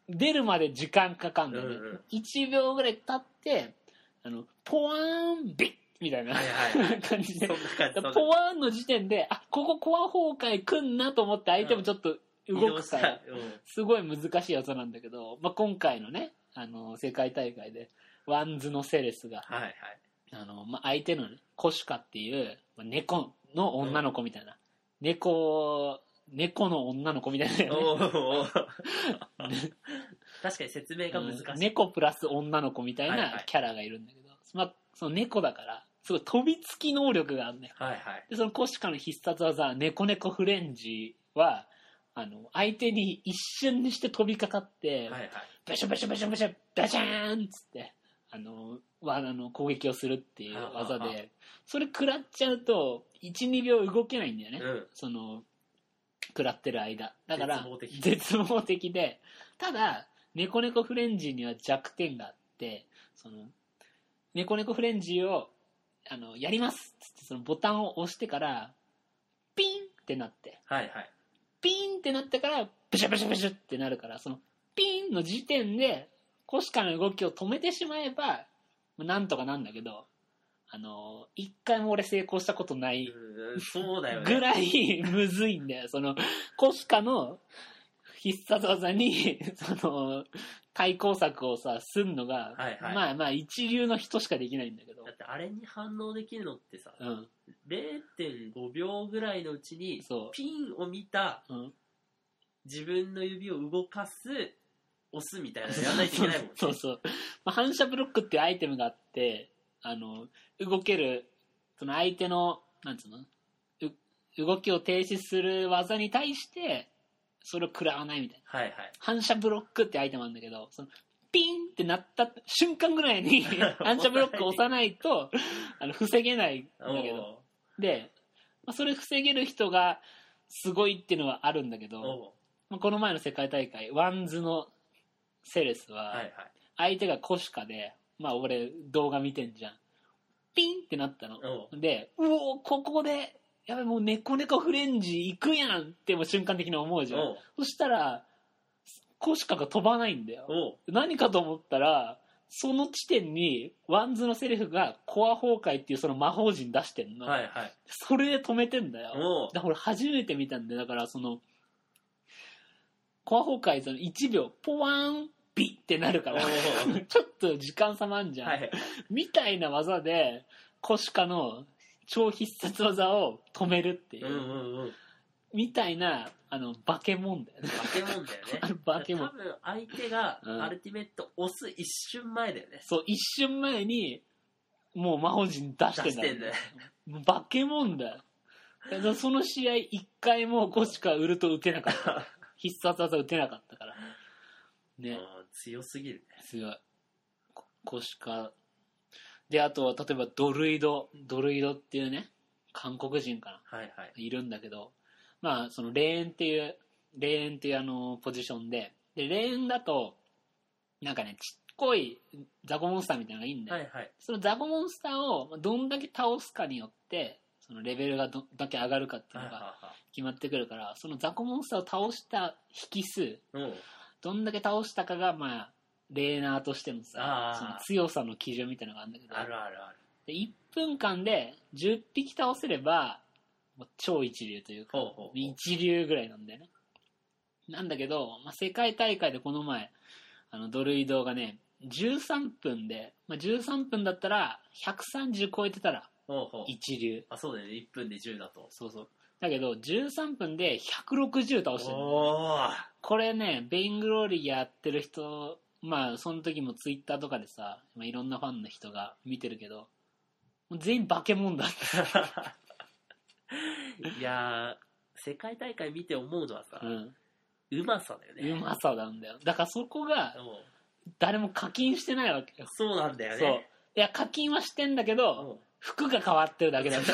A: 出るまで時間かかんだよね。
B: うんうん
A: 1秒ぐらい経って、あの、ポワーンビッみたいな
B: はいはいはい。
A: 感じ
B: そ
A: で
B: ん。な感じ。そんな
A: ポワーンの時点で、あ、ここコア崩壊くんなと思って相手もちょっと
B: 移
A: 動
B: 動
A: く
B: した
A: か
B: い
A: ら、すごい難しいやつなんだけど、まあ、今回のね、あの、世界大会で、ワンズのセレスが、
B: うんはいはい。
A: あの、まあ、相手のね、コシカっていう、まあ猫の女の子みたいな。猫、猫の女の子みたいな、ね。
B: おうおう確かに説明が難し
A: うん
B: い。
A: 猫プラス女の子みたい
B: はいは
A: ないキャラがいるんだけど、まあ、その猫だから、すごい飛びつき能力があるんだよ。
B: はいはい。
A: で、そのコシカの必殺技、猫猫フレンジは、あの、相手に一瞬にして飛びかかって、
B: はいはい。
A: バシャバシャバシャバシャ、バシャーンっつって、あの、わあの攻撃をするっていう技
B: はあは
A: で、それ食らっちゃうと、1、2秒動けないんだよね。
B: うん。
A: その、食らってる間。だから
B: 絶望、的
A: 絶望的で、ただ、猫猫フレンジには弱点があって、その、猫猫フレンジを、あの、やりますっつって、そのボタンを押してから、ピンってなって、
B: はいはい。
A: ピンってなってから、ブシュブシュブシュってなるから、その、ピンの時点で、コシカの動きを止めてしまえば、なんとかなんだけど、あの、一回も俺成功したことない
B: うんそうだよ
A: ぐ
B: ね。
A: らいむずいんだよ。その、コシカの必殺技に、その、対抗策をさ、すんのが、
B: はいはい
A: まあまあ一流の人しかできないんだけど
B: だ。ってあれに反応できるのってさ、
A: うん。
B: 0.5秒ぐらいのうちに、
A: そ
B: ピンを見た
A: う。うん。。
B: 自分の指を動かす、押すみたいなのやらないといけないもんね
A: そうそう。まあ、反射ブロックっていうアイテムがあって、あの、動ける、その相手の、なんつうのう動きを停止する技に対して、それを食らわないみたいな。
B: はいはい。
A: 反射ブロックってアイテムなんだけど、そのピンってなった瞬間ぐらい に反射ブロックを押さないと、あの、防げないんだけど。
B: お
A: で、まあ、それ防げる人がすごいっていうのはあるんだけ
B: う
A: ど、
B: お
A: まあ、この前の世界大会、ワンズのセレス
B: うはいは、。
A: はい相手がコシカで、まあ俺動画見てんじゃん。ピンってなったの。
B: おう
A: で、うお、ここで、やべ、もう猫猫フレンジ行くやんってもう瞬間的に思うじゃん。
B: おう
A: そしたら、コシカが飛ばないんだよ。
B: おう
A: 何かと思ったら、その地点に、ワンズのセリフが、コア崩壊っていうその魔法陣出してんの。
B: はいはい
A: それで止めてんだよ。
B: おう
A: だから俺初めて見たんで、だからその、コア崩壊その1秒、ポワーン、ビってなるから、
B: お
A: ちょっと時間差もあん じゃん。
B: はい
A: みたいな技で、コシカの超必殺技を止めるっていうう、
B: んうんうん
A: みたいな、あの、化け物 だよね。
B: 化け物だよね
A: あの化け
B: 多
A: 物。
B: 分相手が
A: うん
B: アルティメット押す一瞬前だよね
A: そう、一瞬前に、もう魔法陣出してんだ
B: 出してんだよ
A: もう化け物だよ。だからその試合一回もコシカ売ると打てなか った。必殺技打てなかったから。ね。
B: うん強すぎる
A: 強い。こコシカ。で、あとは、例えば、ドルイド。ドルイドっていうね、韓国人か
B: はいは
A: な。
B: い
A: いるんだけど、まあ、その、レーンっていう、レーンっていうあの、ポジションで、で、レーンだと、なんかね、ちっこいザコモンスターみたいなのがいいんだよ。
B: はいはい
A: そのザコモンスターをどんだけ倒すかによって、そのレベルがどんだけ上がるかっていう
B: はい
A: のが
B: は
A: 決まってくるから、そのザコモンスターを倒した引数、
B: いはいうん
A: どんだけ倒したかが、まあ、レーナーとしての
B: あ
A: さ
B: ー、
A: その強さの基準みたいなのがあるんだけど
B: あ、るあるある
A: で1分間で10匹倒せれば、もう超一流というか
B: ほうほうほう
A: 一流ぐらいなんだよね。なんだけど、まあ、世界大会でこの前、あの、ドル移動がね、13分で、まあ、13分だったら、130超えてたら
B: ほうほう
A: 一流。
B: あそうだよね1分で10だと
A: そうそう。だけど、13分で160倒してる。
B: おー
A: これね、ベイングローリーやってる人、まあ、その時もツイッターとかでさ、まあ、いろんなファンの人が見てるけど、もう全員化け物だった。
B: いやー世界大会見て思うのはさ、
A: うん。
B: うまさだよね
A: うまさなんだよ。だからそこが、
B: うん
A: 誰も課金してないわけよ。
B: そうなんだよ
A: そう
B: ね。
A: いや、課金はしてんだけど、
B: うん
A: 服が変わってるだけなんだ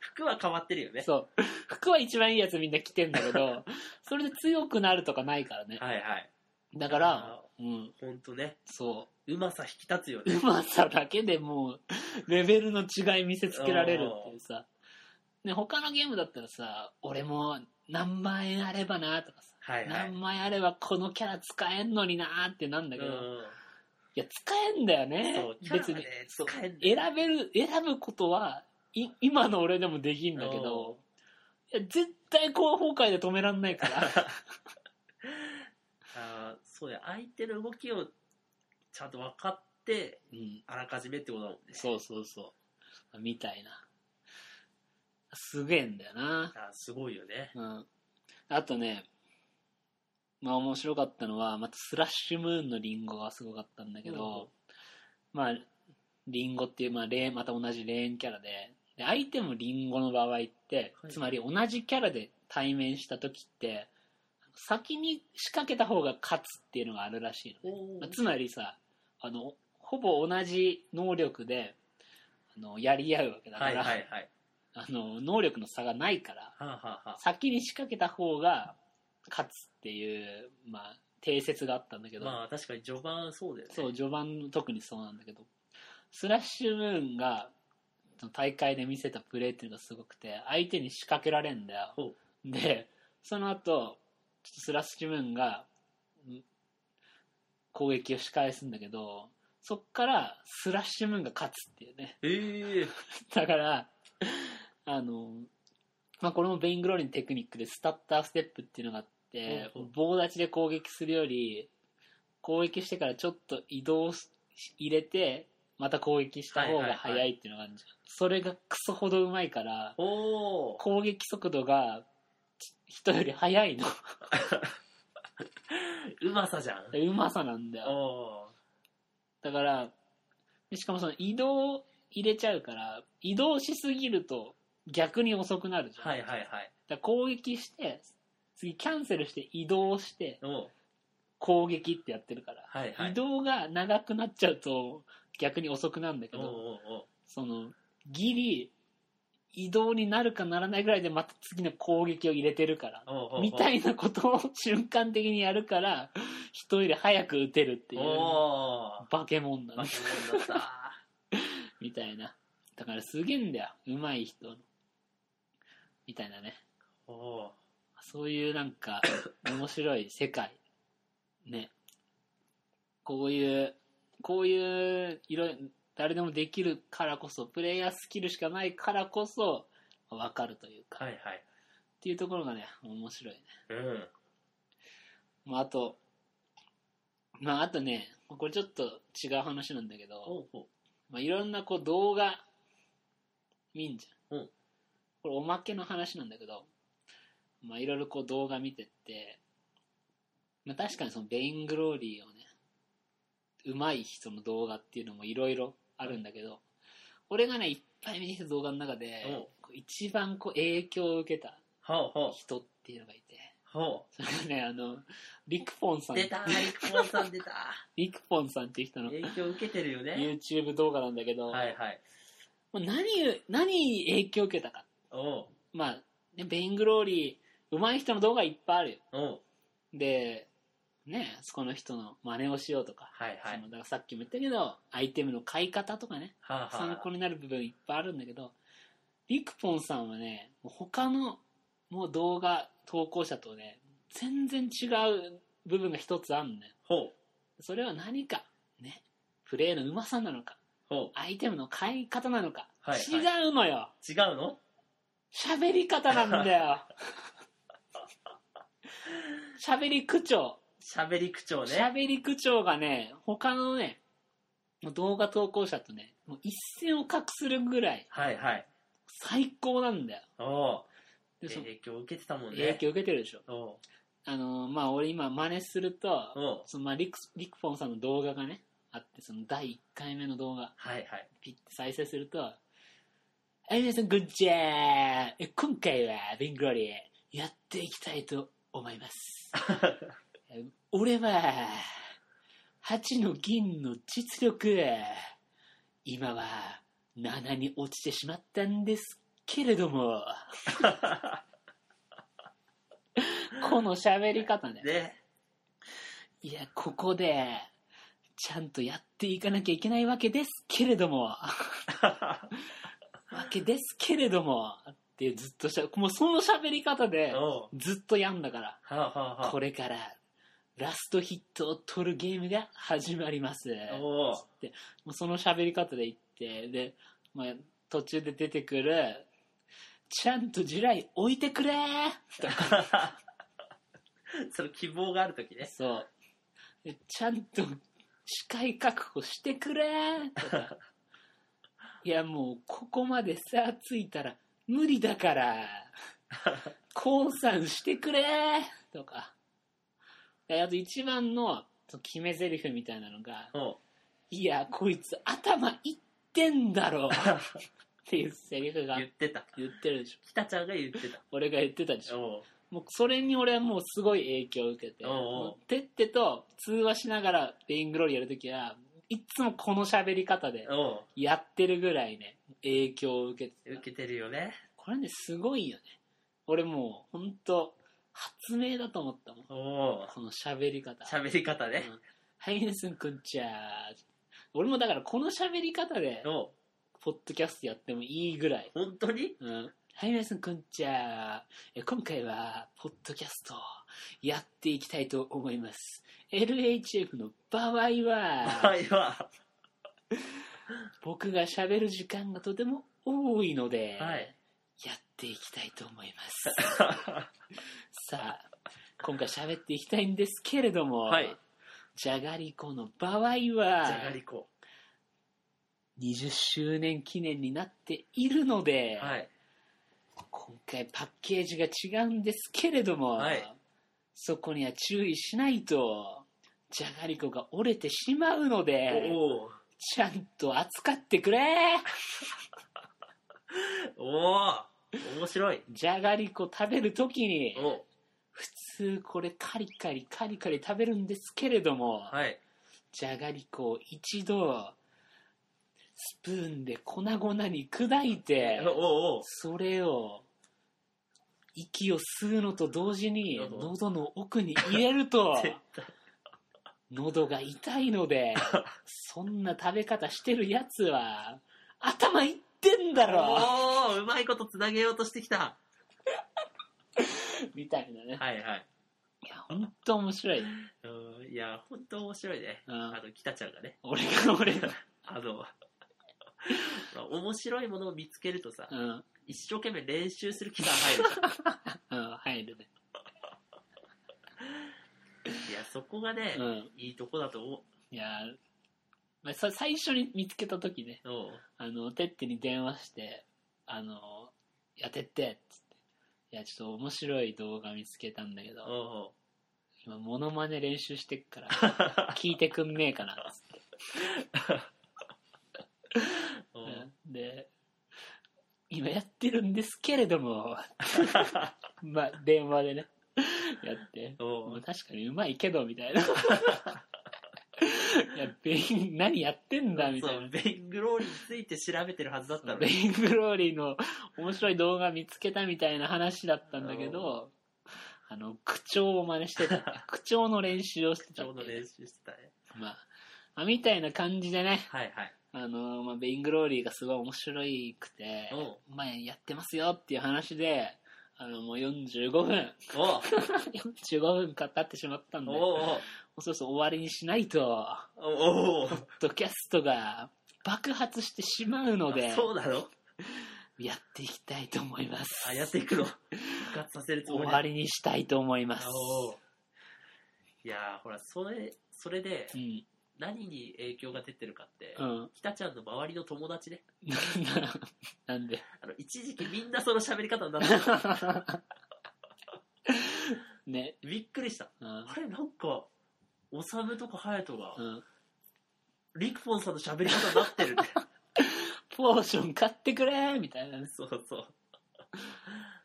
B: 服は変わってるよね
A: そう。服は一番いいやつみんな着てんだけど、それで強くなるとかないからね。
B: はいはい
A: だから、うん、
B: ほんとね
A: そう
B: まさ引き立つよ
A: う。
B: ね
A: うまさだけでもう、レベルの違い見せつけられるっていうさ。ね、他のゲームだったらさ、俺も何万円あればなとかさ、
B: はいはい
A: 何万円あればこのキャラ使えんのになってなんだけど、
B: うん
A: いや、使えんだよね
B: そう。キャラは
A: 別
B: ね
A: に。そう
B: 使えんだ
A: 選べる、選ぶことは、い今の俺でもできんだけど、いや、絶対こう崩壊で止めらんないから。
B: あーそうや相手の動きをちゃんと分かって
A: うん。
B: あらかじめってことだもんね
A: そうそうそう。みたいな。すげえんだよな。
B: あーすごいよね
A: うん。あとね、まあ面白かったのは、またスラッシュムーンのリンゴがすごかったんだけ
B: うんうん
A: ど、まあ、リンゴっていう、まあ、レーンまた同じレーンキャラで、で相手もリンゴの場合って、
B: はい
A: つまり同じキャラで対面した時って、先に仕掛けた方が勝つっていうのがあるらしいの。
B: お
A: まあつまりさあのほぼ同じ能力であのやり合うわけだか
B: はい
A: ら、
B: はいはい
A: あの能力の差がないから
B: はあ、はあはあ、
A: 先に仕掛けた方が勝つっていう、まあ、定説があったんだけど、
B: まあ確かに序盤そうだよね
A: そう序盤の特にそうなんだけどスラッシュムーンがその大会で見せたプレーっていうのがすごくて相手に仕掛けられんだよ
B: ほ
A: でその後ちょっとスラッシュムーンがん攻撃を仕返すんだけどそっからスラッシュムーンが勝つっていうね
B: ええー、
A: だから、あの、まあ、これもベイングローリーのテクニックで、スタッターステップっていうのがあって
B: ほうほう、
A: 棒立ちで攻撃するより、攻撃してからちょっと移動し入れて、また攻撃した方が
B: はいはい
A: 早
B: はい
A: っていうのがあるじゃん。それがクソほどうまいから、
B: おお
A: 攻撃速度がち人より速いの。
B: うまさじゃん
A: うまさなんだ
B: お
A: よ。
B: お
A: だから、でしかもその移動入れちゃうから、移動しすぎると逆に遅くなるじゃん。
B: はいはいはい
A: だから攻撃して、次キャンセルして移動して、
B: おお
A: 攻撃ってやってるから、
B: はいはい
A: 移動が長くなっちゃうと逆に遅くなるんだけ
B: おう
A: ど、
B: おうおう
A: その、ギリ、移動になるかならないぐらいでまた次の攻撃を入れてるから、
B: おうおう
A: みた
B: い
A: いなことを瞬間的にやるから、人より早く打てるっていう、
B: おお
A: 化け物だ
B: バ
A: な、
B: ケモンだった
A: みたいな。だからすげえんだよ。上手い人の。みたいなね。
B: おー
A: そういうなんか、面白い世界。ね。こういう、こういう、いろいろ、誰でもできるからこそ、プレイヤースキルしかないからこそ、わかるというか、
B: は
A: っ
B: いはい。
A: ていうところがね、面白いね。
B: うん。
A: まあ、あと、まあ、あとね、これちょっと違う話なんだけど、
B: おうおう
A: まあ、いろんなこう動画、見んじゃん。
B: うん
A: これおまけの話なんだけど、まあ、いろいろこう動画見てって、まあ、確かにそのベイングローリーをね、上手い人の動画っていうのもいろいろあるんだけど、俺がね、いっぱい見てた動画の中で
B: うん、
A: こう一番こう影響を受けた
B: ほうほう。
A: 人っていうのがいて、
B: ほ
A: それがね、あの、リクポンさ
B: う。
A: んってい
B: 出
A: う
B: たー、リクモンさん出た
A: リクポンさんっていう 人の
B: ー。影響受けてるよね。
A: YouTube 動画なんだけど、
B: はいはい。
A: もう何、何影響を受けたか。
B: おう
A: まあ、ね、ベイングローリー、上手い人の動画いっぱいあるよ。
B: おう
A: で、ね、そこの人の真似をしようとか、
B: はいは
A: その
B: い。
A: だからさっきも言ったけど、アイテムの買い方とかね、
B: はあ
A: 参
B: は
A: 考になる部分いっぱいあるんだけど、リクポンさんはね、もう他のもう動画投稿者とね、全然違う部分が一つあんだよ。
B: ほう。
A: それは何か、ね、プレイの上手さなのか、
B: ほ
A: アイテムの買い方なのか、
B: はい
A: 違うのよ
B: う。違うの
A: 喋り方なんだよ 喋り口調
B: 喋り口調ね。
A: 喋り口調がね他のね動画投稿者とねもう一線を画するぐらい
B: はいはい。
A: 最高なんだよ
B: お
A: で
B: う
A: その
B: 影響受けてたもんね。
A: 影響受けてるでしょ
B: おう
A: あのーまあ俺今真似すると
B: おう
A: そのまあリクリクポンさんの動画がねあってその第1回目の動画
B: はいはい。
A: ピッて再生すると、はい、皆さん、こんにちは。え今回は、ベングロリー、やっていきたいと思います。え俺は、8の銀の実力、今は、7に落ちてしまったんですけれども、この喋り方ね。
B: で、
A: いや、ここで、ちゃんとやっていかなきゃいけないわけですけれ ども、わけですけれども、ってずっとしゃ、もうその喋り方で、
B: おう
A: ずっとやんだから、
B: はあはあはあ。
A: これから、ラストヒットを取るゲームが始まります。
B: おう
A: つって、もうその喋り方で言って、で、まあ、途中で出てくる、ちゃんと地雷置いてくれとか、
B: その希望があるときね。
A: そう。でちゃんと視界確保してくれと か。いやもうここまでさ、ついたら無理だ から、降参してくれとか。であと一番のその決め台詞みたいなのが、
B: おう
A: いや、こいつ頭いってんだ ろっていうセリフが
B: 言ってた。
A: 言ってるでしょ。
B: 北ちゃんが言ってた。
A: 俺が言ってたでしょ。
B: おう
A: もうそれに俺はもうすごい影響を受けて、
B: おうおう
A: もうてってと通話しながらベイングローリーやるときは、いっつもこの喋り方で
B: お
A: やってるぐらいね、影響を受け
B: う
A: て
B: 受
A: た。
B: けてるよね。
A: これね、すごいよね。俺もう、ほんと、発明だと思ったもん。
B: おう
A: この喋り方。
B: 喋り方ね
A: う。んはい、皆さん、こんにちは。俺もだからこの喋り方で、
B: おう
A: ポッドキャストやってもいいぐらい。
B: 本当に
A: うんはい、皆さん、こんにちは。え今回は、ポッドキャスト、やっていきたいと思います。LHF の場合
B: 場合
A: は、
B: は、
A: 僕が喋る時間がとても多いので、
B: はい。
A: やっていきたいと思います。 さあ、今回喋っていきたいんですけれども、
B: はい
A: じゃがりこの場合
B: じゃが
A: は、
B: りこ。
A: 20周年記念になっているので、
B: はい。
A: 今回パッケージが違うんですけれども、
B: はい
A: そこには注意しないとじゃがりこが折れてしまうので
B: おお
A: ちゃんと扱ってくれ
B: おお面白い。
A: じゃがりこ食べるときに
B: おう
A: 普通これカリカリカリカリ食べるんですけれども、
B: はい。
A: じゃがりこを一度スプーンで粉々に砕いて
B: おおおう
A: それを息を吸うのと同時に
B: なるほど
A: 喉の奥に入れる と
B: 絶対。
A: 喉が 痛いのでそんな食べ方してるやつは頭いってってんだろ
B: おーうまいことつなげようとしてきた。
A: みたいなね。
B: はいはい。
A: いや、ほんと面白い。
B: うん、いや、本当面白いね。
A: うん
B: あの、北ちゃんがね、
A: 俺が、俺が。
B: あの、まあ面白いものを見つけるとさ
A: う、ん。
B: 一生懸命練習する気が入る から。
A: うん、入るね。
B: いや、そこがね、
A: うん。
B: いいとこだと思
A: いや、まあ、さ最初に見つけた時ね、
B: う。うん
A: あの、てってに電話して、あの、やってって、つって。いや、ちょっと面白い動画見つけたんだけ
B: う
A: ど、
B: んうん
A: 今、モノマネ練習してっ から、聞いてくんねえかな、つって。
B: うん
A: うんで、今やってるんですけれど も、まあ、電話でね、やって。
B: うん
A: もう確かにうまいけど、みたい な。いや、ベイン、何やってんだ、みたい
B: そう、ベイングローリーについて調べてるはずだった
A: な。
B: の
A: ベ
B: に。
A: イングローリーの面白い動画見つけたみたいな話だったんだけど、あの、口調を真似してたね。口調の練習をして
B: ち
A: た
B: ょう
A: って
B: ど
A: いう
B: 練習してたね。
A: まあ、まあ、みたいな感じでね、
B: はいはい。
A: あの、まあ、ベイングローリーがすごい面白くて、前やってますよっていう話で、あの、もう45分、
B: おう
A: 45分か経ってしまったんで、もう
B: おう
A: そろそろ終わりにしないと、
B: おうおう
A: ポッドキャストが爆発してしまうので
B: あ、そうなの
A: やっていきたいと思います。
B: あ、やっていくの。復活させるつも
A: 終
B: り
A: わりにしたいと思います。
B: おういやー、ほら、それ、それで
A: う、ん。
B: 何に影響が出てるかって、
A: うん。
B: 北ちゃんの周りの友達ね。
A: なんだなんで。
B: あの、一時期みんなその喋り方になってた。
A: ね。
B: びっくりした。
A: うん。
B: あれ、なんか、おさむとかハヤトが
A: う、ん。
B: リクポンさんの喋り方になって るね。
A: ポーション買ってくれみたいな。
B: そうそう。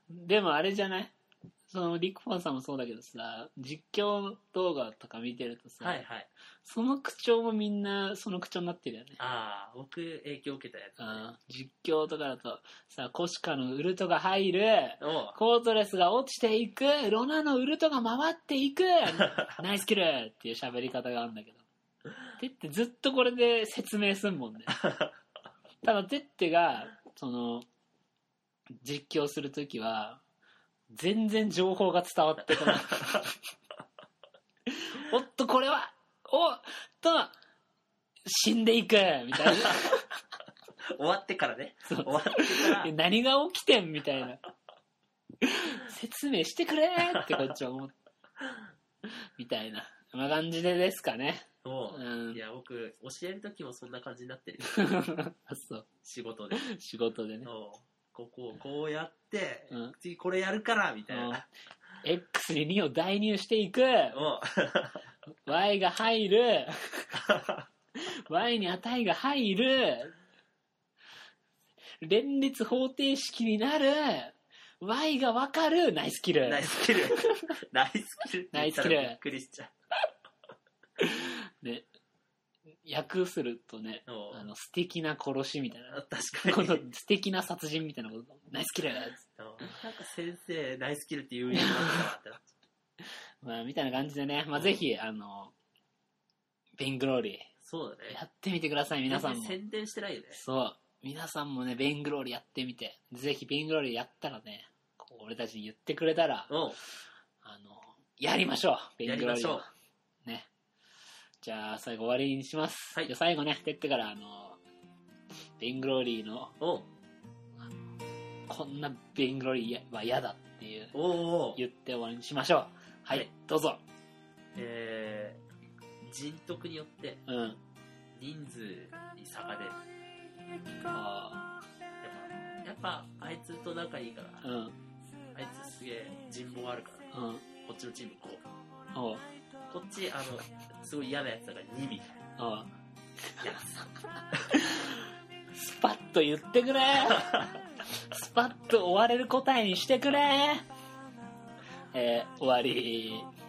A: でもあれじゃないその、リックフォンさんもそうだけどさ、実況動画とか見てるとさ、
B: はいはい。
A: その口調もみんなその口調になってるよね。
B: ああ、僕、影響受けたやつ、ね。
A: うん。実況とかだと、さ、コシカのウルトが入る、
B: おう
A: コートレスが落ちていく、ロナのウルトが回っていく、ナイスキルっていう喋り方があるんだけど。てってずっとこれで説明すんもんね。ただてってが、その、実況するときは、全然情報が伝わってこない。おっと、これは、おっと、死んでいくみたいな。
B: 終わってからね。
A: そう
B: 終わってから
A: え。何が起きてんみたいな説明してくれーってこっちは思うみたいな、まあ、感じでですかね
B: も
A: う
B: う、
A: ん
B: いや、僕、教える時もそんな感じに なってる。
A: あ そう
B: 仕事で。
A: 仕事でね
B: おうここをこうやって、
A: うん
B: 次これやるから、みたい
A: うん
B: な。
A: X に2を代入していく
B: おう
A: Y が入る Y に値が入る連立方程式になる Y がわかるナイスキル
B: ナイスキル。 ナイスキルって言ったらびっくりしちゃ
A: ね訳するとね
B: う。おう
A: あの素敵な殺しみたいな
B: 確か
A: こ
B: に。
A: の素敵な殺人みたいなことナイスキル
B: なんか先生、ナイスキルって言うんやなってなっちゃう
A: まあみたいな感じでね、まあ、ぜひあのベイングローリ
B: そうだ
A: ー
B: ね。
A: やってみてください皆さんも
B: 全然宣伝してないよね。
A: そう皆さんもねベイングローリーやってみてぜひベイングローリーやったらねこう俺たちに言ってくれたら
B: おう
A: あのやりましょうベイ
B: や
A: ン
B: り
A: グロ
B: ま
A: ーリ
B: し
A: ー
B: ょ
A: をねじゃあ最後終わりにします、
B: はい
A: じゃあ最後ねてってからあのベイングローリーの
B: う。おう
A: こんなベイングローリーは嫌だっていう
B: おうおう
A: 言って終わりにしましょうはい、
B: はい
A: どうぞ
B: えー、人徳によって
A: うん
B: 人数に差が出る。
A: あ
B: やっぱ、やっぱあいつと仲いいから、
A: ーうん
B: あいつすげえ人望あるから、
A: うん
B: こっちのチームこう。
A: おう
B: こっち、あの、すごい嫌なやつだから2みたい
A: おう
B: なやつ。
A: スパッと言ってくれスパッと終われる答えにしてくれえー、終わり